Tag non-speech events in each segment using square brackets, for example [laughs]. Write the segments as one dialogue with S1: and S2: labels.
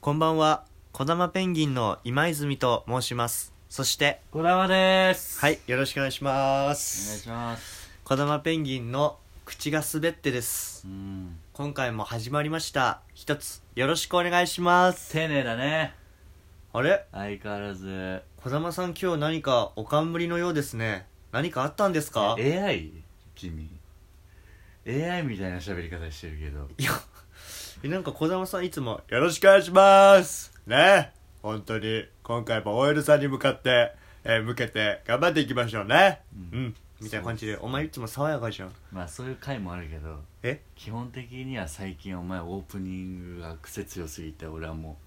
S1: こんばんは。小玉ペンギンの今泉と申します。そして、
S2: 小玉です
S1: はい、よろしくお願いしま
S2: お願い
S1: す。
S2: します
S1: 小玉ペンギンの口が滑ってです
S2: う。ん
S1: 今回も始まりました。一つ、よろしくお願いします。
S2: 丁寧だね
S1: あれ
S2: 相変わらず
S1: 小玉さん今日何かお冠のようですね。何かあったんですか
S2: AI? 君 AI みたいな喋り方してるけど
S1: いや、なんか小玉さんいつも、よろしくお願いしますね本当に、今回も OL さんに向かって、えー向けて頑張っていきましょうね。
S2: うん
S1: みたいな感じで、お前いつも爽やかじゃん。
S2: まあそういう回もあるけど
S1: え
S2: 基本的には最近お前オープニングが癖強すぎて俺はも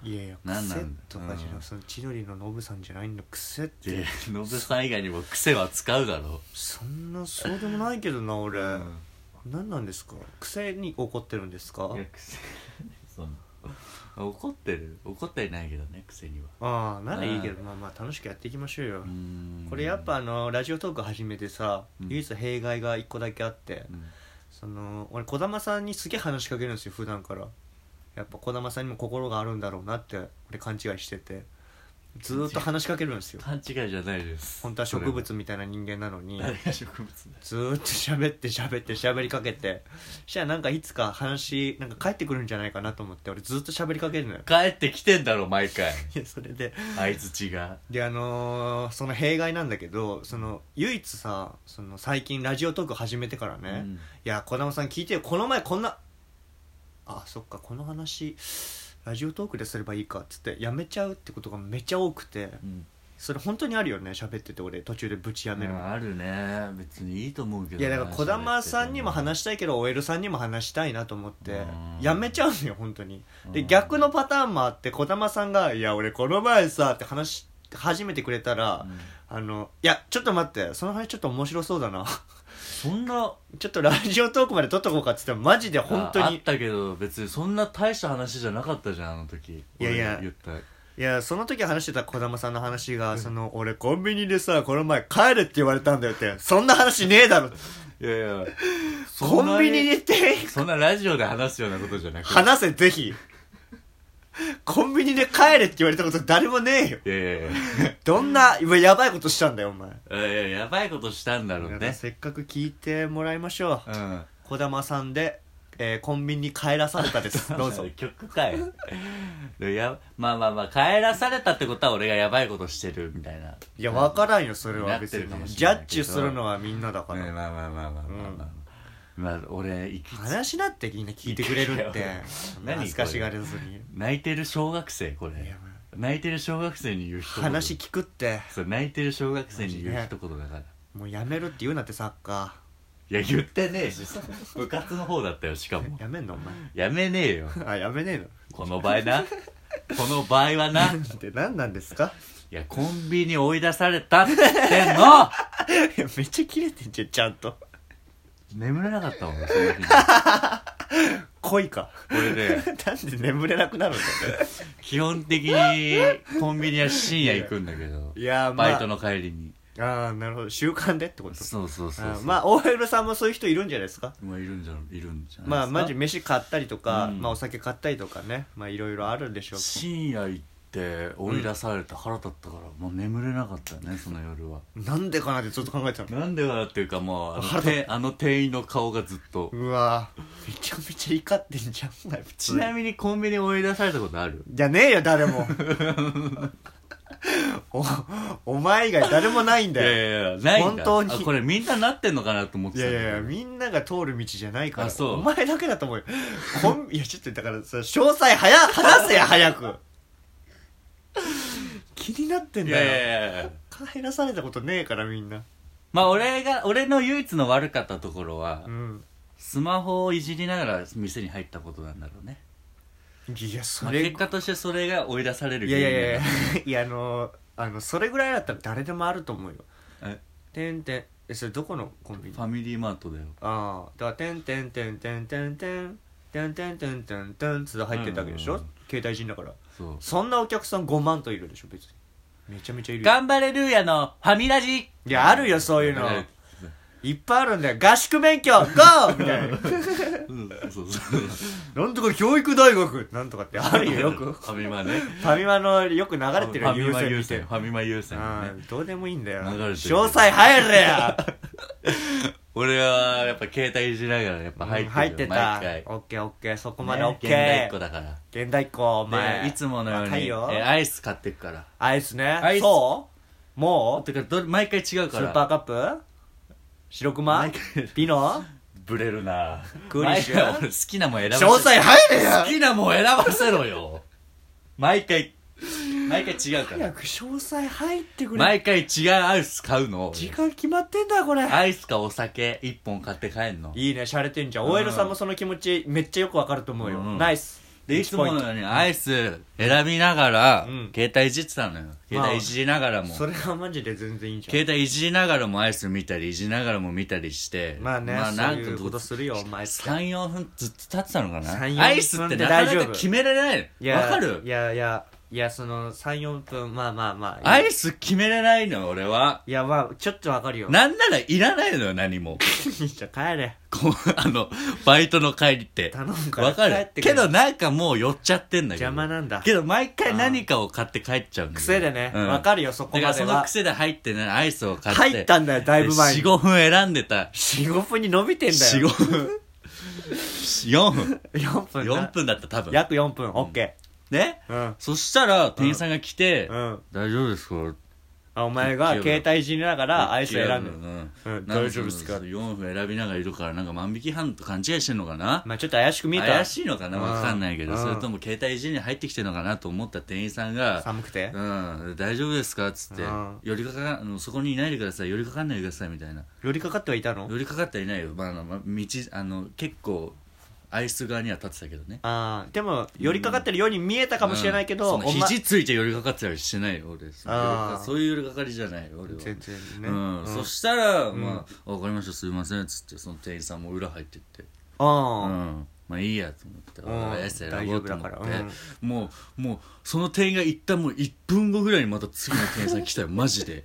S1: いやいや、
S2: なんなん
S1: 癖とかじゃな
S2: うん
S1: い、その千鳥のノブさんじゃないんだ、癖っ
S2: う
S1: て
S2: で。ノブさん以外にも癖は使うだろ
S1: そんな、そうでもないけどな、俺。
S2: う
S1: なん、何なんですか癖に怒ってるんですか
S2: いや癖そんな怒ってる怒ってりないけどね癖には
S1: ああ、ならいいけど、まあまあ楽しくやっていきましょうよ。
S2: うん
S1: これやっぱあのラジオトーク始めてさ、
S2: うん
S1: 唯一弊害が1個だけあって、
S2: うん
S1: その俺児玉さんにすげえ話しかけるんですよ普段からやっぱ児玉さんにも心があるんだろうなって俺勘違いしててずーっと話しかけるんですよ
S2: 勘違いじゃないです
S1: 本当は植物みたいな人間なの
S2: [laughs]
S1: に
S2: 誰が植物だ
S1: ずーっと喋って喋って喋りかけてそしたらなんかいつか話なんか返ってくるんじゃないかなと思って俺ずーっと喋りかけるのよ
S2: 帰ってきてんだろ毎回
S1: いやそれで
S2: 相づちが
S1: であのーその弊害なんだけどその唯一さその最近ラジオトーク始めてからね、
S2: うん
S1: いや児玉さん聞いてよこの前こんなあそっかこの話ラジオトークですればいいかっつってやめちゃうってことがめっちゃ多くて
S2: うん
S1: それ本当にあるよね喋ってて俺途中でぶちやめるの、
S2: あるね別にいいと思うけど
S1: いやだから児玉さんにも話したいけど OL さんにも話したいなと思って
S2: うん
S1: やめちゃうのよ本当に
S2: う
S1: で
S2: ん
S1: 逆のパターンもあって児玉さんが「いや俺この前さ」って話し始めてくれたら、
S2: うん
S1: あのいやちょっと待ってその話ちょっと面白そうだな
S2: そんな
S1: ちょっとラジオトークまで撮っとこうかっつってもマジで本
S2: 本当
S1: 当
S2: にあ
S1: に
S2: ったけど別にそんな大した話じゃなかったじゃんあの時
S1: いやいや
S2: 俺言った
S1: いやその時話してた児玉さんの話が、その俺コンビニでさこの前帰れって言われたんだよってそんな話ねえだろ
S2: いやいや
S1: コ
S2: そんな
S1: ンビニに行って
S2: そんなラジオで話すようなことじゃなくて
S1: 話せぜひコンビニで帰れって言われたこと誰もねえよ
S2: いやいやい
S1: どんな今やばいことしたんだよお前
S2: やいやいややばいことしたんだろう
S1: いや
S2: ね
S1: せっかく聞いてもらいましょう
S2: うん
S1: 児玉さんで、えーコンビニに帰らされたです
S2: [laughs]
S1: どうぞ
S2: 曲かいでやまあまあまあ帰らされたってことは俺がやばいことしてるみたいない
S1: や分からんよそれ
S2: な
S1: は
S2: って
S1: 別
S2: る
S1: に
S2: かもし
S1: ジ
S2: れな
S1: ャ
S2: い
S1: ッ
S2: けど
S1: ジするのはみんなだから、
S2: ねまあまあまあまあまあまあ、まあ俺行きつ
S1: 話だってみんな聞いてくれるっ
S2: いやい
S1: て
S2: や [laughs] 何
S1: 恥ずかしがれずに
S2: 泣いてる小学生こ
S1: い
S2: れ
S1: や
S2: 泣いてる小学生に言う一言
S1: 話聞くって
S2: そう泣いてる小学生に言う一言だから
S1: もうやめるって言うなってサッカ
S2: いや言ってねえし部活の方だ
S1: [laughs]
S2: ったよしかも
S1: ーやめんのお
S2: やめねえよ [laughs]
S1: 前あやめねえの
S2: この場合なこの場合は
S1: [laughs]
S2: な
S1: なんて何なんですか [laughs]
S2: いやコンビニ追い出されたって言ってんの
S1: いやめっちゃ切れてんじゃんちゃんと
S2: 眠れなかったもんその日に
S1: 恋か
S2: 俺ね
S1: なんで眠れなくなるんだ
S2: [laughs]
S1: よ
S2: 基本的にコンビニは深夜行くんだけど
S1: いやまあ
S2: バイトの帰りに
S1: ああなるほど習慣でってこと
S2: そうそうそう
S1: あ
S2: そ
S1: ー
S2: う
S1: まあ OL さんもそういう人いるんじゃないですか
S2: まあいるんじゃいるんじゃない
S1: まあマジ
S2: で
S1: 飯買ったりとか、
S2: うん
S1: まあお酒買ったりとかねまあいろいろあるんでしょう
S2: すか深夜行って追い出されて腹立ったから、もう眠れなかったねその夜は
S1: けどなんでかなってずっと考えてたの
S2: [laughs] なんでかっていうかもうあの店あの店員の顔がずっと
S1: うわーめちゃめちゃ怒ってんじゃんお前普通
S2: ち
S1: に
S2: なみにコンビニ追い出されたことある
S1: じゃねえよ誰
S2: [laughs]
S1: もおお前以外誰もないん
S2: い
S1: だよ
S2: やいやいやないん
S1: 本
S2: だ
S1: 当に
S2: あこれみんななってんのかなと思っ
S1: い
S2: てた
S1: やい
S2: んだけど
S1: やいやみんなが通る道じゃないから
S2: あそう
S1: お前だけだと思うよ [laughs] こんいやちょっとだからさ詳細早話せや早
S2: [laughs]
S1: く気になってん
S2: い
S1: だよ
S2: やいやいやいや
S1: 帰らされたことねえからみんな
S2: まあ俺が俺の唯一の悪かったところは、
S1: うん
S2: スマホをいじりながら店に入ったことなんだろうね、
S1: いやそ
S2: まあ、
S1: れ、
S2: 結果としてそれが追い出される
S1: いやいやいやいや [laughs] いやあのあのそれぐらいだったら誰でもあると思うよ
S2: え
S1: てんてんえそれどこのコンビニ
S2: ファミリーマートだよ
S1: ああだから「てんてんてんてんてんてん」てんてんてんてんてんつって入ってったわけでしょ、
S2: うんうんうん
S1: 携帯人だから
S2: そう
S1: そんなお客さん5万といるでしょ別にめちゃめちゃいるよ
S2: 頑張れルーヤのファミラジ
S1: いやあるよそういうの
S2: わかる
S1: いっぱいあるんだよ合宿免許ゴー [laughs] みたいな
S2: うん、そうそう。
S1: なんとか教育大学なんとかってあるよよく
S2: ファミマね。
S1: ファミマのよく流れてる
S2: ファミマ
S1: 見て
S2: 優先。ファミマ優先ね。
S1: うんどうでもいいんだよ
S2: 流れてる
S1: 詳細入れや
S2: 俺は、やっぱ携帯いじりながら、やっぱ [laughs] 入ってるよ。
S1: 入ってた
S2: 毎回。
S1: オッケーオッケーそこまでオッケ
S2: 現代っ子
S1: ー
S2: だから。
S1: 現代っ子お前
S2: でいつものよう
S1: 若
S2: に、
S1: い
S2: え
S1: よ
S2: アイス買ってくから。
S1: アイスね
S2: アイス
S1: そうもう
S2: てか、どれ毎回違う
S1: ス
S2: から。
S1: ーパーカップ白熊
S2: 毎回
S1: ピノ
S2: ブレるな
S1: クーリッシュ
S2: 毎回俺好きなもん選ばせ
S1: 詳細入れ
S2: 好
S1: や
S2: きなもん選ばせろよ。毎回、毎回違うから
S1: 早。く詳細入ってくれ
S2: 毎回違うアイス買うの。
S1: 時間決まってんだこれ
S2: アイスかお酒一本買って帰んの。
S1: いいね洒落てんじゃん
S2: うん
S1: OL さんもその気持ちめっちゃよくわかると思うよ
S2: うん
S1: ナイス
S2: で、いつも
S1: 1ポイン
S2: の
S1: ト
S2: ようにアイス選びながら、
S1: うん
S2: 携帯いじってたのよ。携帯いじりながらも。
S1: それはマジで全然いいじゃん
S2: 携帯いじりながらもアイス見たり、いじりながらも見たりして。
S1: まあね、
S2: なん
S1: そういうことするよお前って
S2: 3、4分ずっと立ってたのかな
S1: 3 4
S2: アイスっ
S1: 分
S2: てなか
S1: で
S2: な
S1: 大
S2: か
S1: 丈夫
S2: 決められない
S1: い
S2: の。
S1: や
S2: わかる
S1: いやいやいやその34分まあまあまあ
S2: ア
S1: い
S2: イス決めれないのよ、俺は。
S1: やまあちょっとわかるよ
S2: なんならいらないのよ、何も。 [laughs]
S1: じゃあ帰れ
S2: こう、あの、バイトの帰りって。
S1: 頼むから
S2: わか
S1: 帰
S2: る
S1: ってくれ
S2: けどなんかもう寄っちゃってんだけど。
S1: 邪魔なんだ
S2: けど毎回何かを買って帰っちゃうんだよ
S1: 癖でね
S2: うん
S1: わかるよそこ
S2: だ
S1: ま
S2: から
S1: で
S2: その
S1: は
S2: 癖で入ってね、アイスを買って。
S1: 入ったんだよだいぶ前に
S2: 4、5分選んでた。
S1: 45分に伸びてんだ
S2: 4、
S1: よ
S2: 5分。4分。
S1: [laughs] 4分だ
S2: 4分だった、多分。
S1: 約4分オッケ
S2: ね
S1: ーうん
S2: そしたら、店員さんが来て、
S1: うん
S2: 大丈夫ですか
S1: あお前が携帯いじりながらアイス選
S2: うん
S1: で
S2: ん
S1: うん大丈夫ですか
S2: なん4分選びながらいるから、なんか万引き犯と勘違いしてんのかな
S1: まあちょっと怪しく見えた
S2: 怪しいのかな
S1: うん
S2: わかんないけ
S1: う
S2: ど、
S1: ん
S2: それとも携帯いじりに入ってきてるのかなと思った店員さんが、
S1: 寒くて
S2: うん、大丈夫ですかっつって
S1: うん、
S2: 寄りかか、あのそこにいないでください、寄りかかんないでくださいみたいな。
S1: 寄りかかってはいたの
S2: 寄りかかってはいないよ。まああの、まあ道、あの、結構、アイス側には立ってたけどね。
S1: ああでも寄りかかってるように見えたかもしれないけど、
S2: う
S1: お
S2: んその
S1: 前
S2: 肘ついて寄りかかってたりしてないよ、俺。その寄りか
S1: あー
S2: そういう寄りかかりじゃない、俺
S1: [laughs]
S2: は。
S1: 全然ね、
S2: うん、そしたら、まあ、わかりました、すいません、つって、その店員さんも裏入ってって、う
S1: あ
S2: ん、まあいいやと思って、
S1: うん
S2: 俺、やつ選ぼうと思
S1: 大丈
S2: って
S1: 夫だから、
S2: もう、もう、その店員が一旦もう1分後ぐらいにまた次の店員さん来たよ、マジ [laughs] で。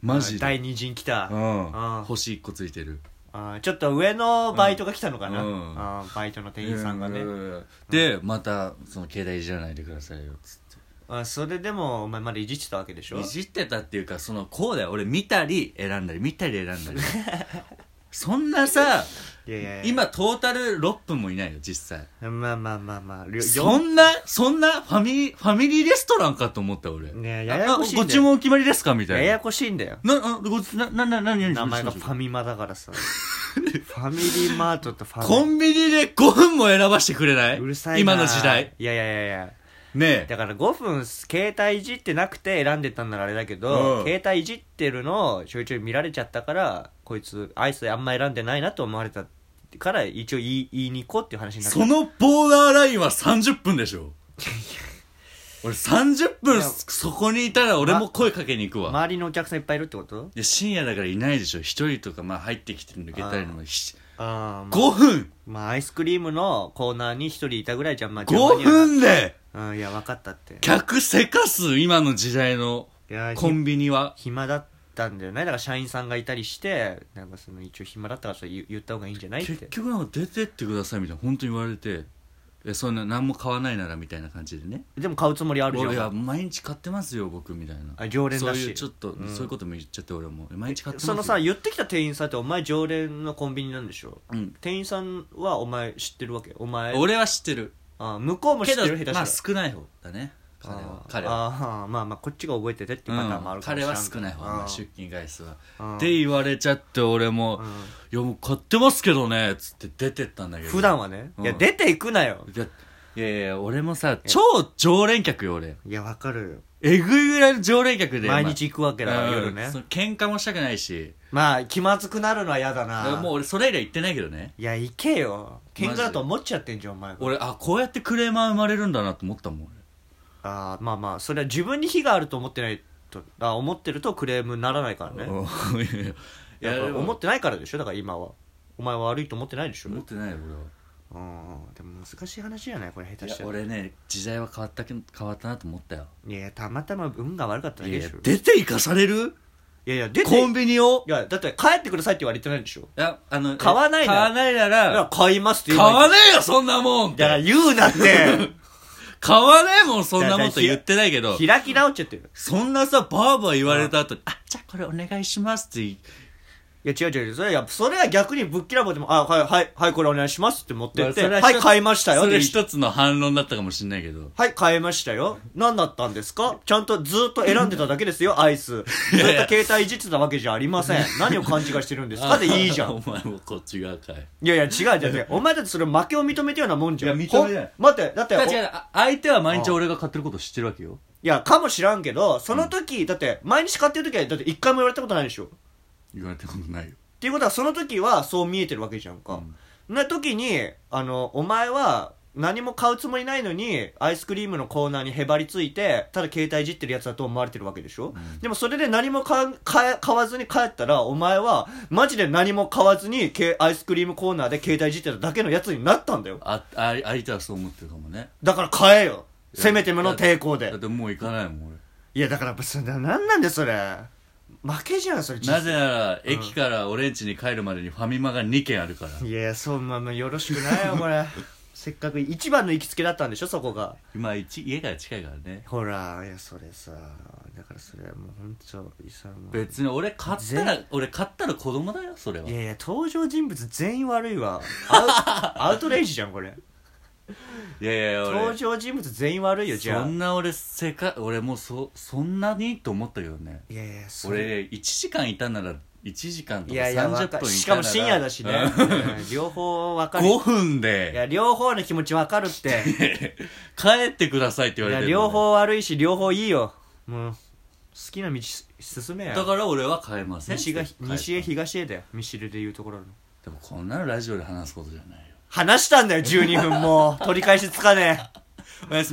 S2: マ
S1: あ
S2: ジで。
S1: 第二陣来た、
S2: う
S1: あ
S2: ん
S1: ん。
S2: 星1個ついてる。
S1: あちょっと上のバイトが来たのかな、
S2: うん
S1: ああバイトの店員さんがね、
S2: うんで、また、その携帯いじらないでくださいよ、つって。
S1: あそれでもお前まだいじってたわけでしょ
S2: いじってたっていうかそのこうだよ俺見たり選んだり見たり選んだり [laughs] そんなさ
S1: いやいやいや
S2: 今トータル6分もいないよ実際
S1: まあまあまあまありょ
S2: そんなそんなファミリーファミリーレストランかと思った俺
S1: ねえややこしいんだよ
S2: あご注文お決まりですかみた
S1: や
S2: いな
S1: やこしいんだよ
S2: なあごなななな何
S1: 名前がファミマだからさファミリーマートとファミ
S2: コンビニで5分も選ばしてくれないう
S1: るさいな
S2: 今の時代
S1: いやいやいやいや
S2: ねえ
S1: だから5分携帯いじってなくて選んでたんならあれだけど、
S2: うん
S1: 携帯いじってるのをちょいちょい見られちゃったからこいつアイスあんま選んでないなと思われたから一応言い言いに行こうっていう話になった
S2: そのボーダーラインは30分でし
S1: [laughs]
S2: ょ俺30
S1: い
S2: 分
S1: や
S2: そこにいたら俺も声かけに行くわ
S1: 周りのお客さんいっぱいいるってこと
S2: いや深夜だからいないでしょ一人とかまあ入ってきて抜けたりのもひ
S1: ああ、まあ、
S2: 5分
S1: まあアイスクリームのコーナーに一人いたぐらいじゃんまあ
S2: 5分で
S1: うんいや分かったって
S2: 客せかす今の時代の
S1: いや
S2: コンビニは
S1: 暇だったんだよねだから社員さんがいたりしてなんかその一応暇だったからそれ言言った方がいいんじゃないって
S2: 結局なんか出てってくださいみたいな本当に言われてえそんな何も買わないならみたいな感じでね
S1: でも買うつもりあるじゃん
S2: 俺は毎日買ってますよ僕みたいな
S1: あ常連だし
S2: そういうちょっと、そういうことも言っちゃって俺もえ毎日買ってます
S1: そ
S2: よ
S1: のさ言ってきた店員さんってお前常連のコンビニなんでしょ、
S2: うん
S1: 店員さんはお前知ってるわけお前
S2: 俺は知ってる
S1: あ向こうも知
S2: け
S1: ってる下手
S2: どまあ
S1: し
S2: 少ない方だね
S1: た
S2: 彼
S1: ら
S2: は
S1: あー
S2: 彼は
S1: あーまあまあこっちが覚えててっていうパターンもあるかもし
S2: 彼
S1: れ
S2: は
S1: ん
S2: 少ない方まあ
S1: あー
S2: 出勤回数は
S1: うん
S2: って言われちゃって俺も「いやもう買ってますけどね」っつって出てったんだけど
S1: 普段はね、
S2: うん
S1: いや出ていくなよ
S2: いやいやいや俺もさ超常連客よ俺
S1: いやわかるよ
S2: えぐいぐらいの常連客で
S1: 毎日行くわけだ
S2: ま
S1: から
S2: あうん
S1: 夜ね
S2: その喧嘩もしたくないし
S1: まあ気まずくなるのは嫌だ
S2: だから
S1: な
S2: もう俺それ以来行ってないけどね
S1: いや行けよ喧嘩だと思っちゃってんじゃんお前が
S2: 俺あこうやってクレーマー生まれるんだなと思ったもん俺
S1: あーまあまあそれは自分に非があると思ってないとあ思ってるとクレームにならないからね
S2: うんいやい
S1: いや
S2: やいや
S1: 思
S2: 思
S1: ってないからでしょだから今はお前は悪いと思ってないでしょうん
S2: ってないよ俺は
S1: でも難しい話じゃないこれ下
S2: い
S1: 手
S2: や
S1: したらい
S2: 俺ね時代は変わったけ変わったなと思ったよ
S1: やたまたま運が悪かっただ
S2: い
S1: けで
S2: やいや
S1: しょ
S2: 出て行かされる
S1: いやいや出て
S2: コン
S1: い
S2: ビニを
S1: やだって帰ってくださいって言われてないんでしょ
S2: いやあの
S1: 買わないな
S2: 買わない
S1: だ
S2: な
S1: から
S2: ら
S1: 買いますって言え
S2: 買
S1: ばいい
S2: わねえよそんなもんっ
S1: だから
S2: て
S1: 言うなって
S2: 買わねえもんそんなもんと言ってないけど
S1: 開き直っちゃってる
S2: そんなさバーバー言われた後にあじゃあこれお願いしますって言
S1: いや違う違うそれはいやそれは逆にぶっきらぼうでも「あはいはいはいこれお願いします」って持ってって「
S2: それ
S1: は
S2: は一つ
S1: い買いましたよ」
S2: そ
S1: で
S2: れ
S1: いい
S2: 一つの反論だったかもしれないけど
S1: はい、買えましたよ。何だったんですかちゃんとずっと選んでただけですよ、アイス。ずっと
S2: やいや
S1: 携帯いじってたわけじゃありません。何を勘違いしてるんですかでいいじゃ
S2: [laughs] お
S1: ん。
S2: 前もこっち側かい
S1: いやいや、違うじゃん。お前だってそれ負けを認めたようなもんじゃん。
S2: いや認めな
S1: ほ
S2: い
S1: ん待って、だって、おい
S2: 違うあ相手は毎日俺が買ってること知ってるわけよ
S1: や、かもしらんけど、その時、だって、毎日買ってる時は、だって一回も言われたことないでしょ。っ
S2: 言われたことないよ
S1: ていうことは、その時はそう見えてるわけじゃんか。な時に、あの、お前は、何も買うつもりないのにアイスクリームのコーナーにへばりついてただ携帯いじってるやつだと思われてるわけでしょ、でもそれで何もか買え買わずに帰ったらお前はマジで何も買わずにけアイスクリームコーナーで携帯いじってただけのやつになったんだよ
S2: ああ相手はそう思ってるかもね
S1: だから買えよせめてもの抵抗
S2: だ
S1: で
S2: ってもう行かないもん
S1: いやだからそれな何なんでそれ負けじゃんそれ
S2: 俺なぜなら駅から俺ん家に帰るまでにファミマが2軒あるから
S1: いやそうまあまあよろしくないよこ [laughs] れせっかく一番の行きつけだったんでしょそこが
S2: 今一家から近いからね
S1: ほらいやそれさだからそれはもう本当さもう
S2: 別に俺買ったら俺買ったら子供だよそれはい
S1: やいや登場人物全員悪いわアウ [laughs] アウトレイジじゃんこれ
S2: いやいやいや
S1: 登
S2: 俺
S1: 場人物全員悪いよじゃ
S2: そ
S1: あ
S2: んな俺世界俺もうそそんなにと思ったけどね
S1: いやいやそれ
S2: 俺1時間いたなら1時間と
S1: い
S2: か
S1: やいやわ
S2: 30
S1: か
S2: 分いたなら
S1: しかも深夜だしねうん両方わかる
S2: 5分
S1: い
S2: で
S1: や両方の気持ちわかるって
S2: 帰ってくださいって
S1: い
S2: 言わ
S1: や
S2: れて
S1: 両
S2: のね
S1: 方悪いし両方いいよもう好きな道す進めや
S2: だから俺は変えません
S1: 西が
S2: って帰った
S1: 西へ東へだよミシルで言うところの
S2: でもこんなのラジオで話すことじゃないよ
S1: [laughs] 話したんだよ12分もう取り返しつかねえ
S2: おやすみ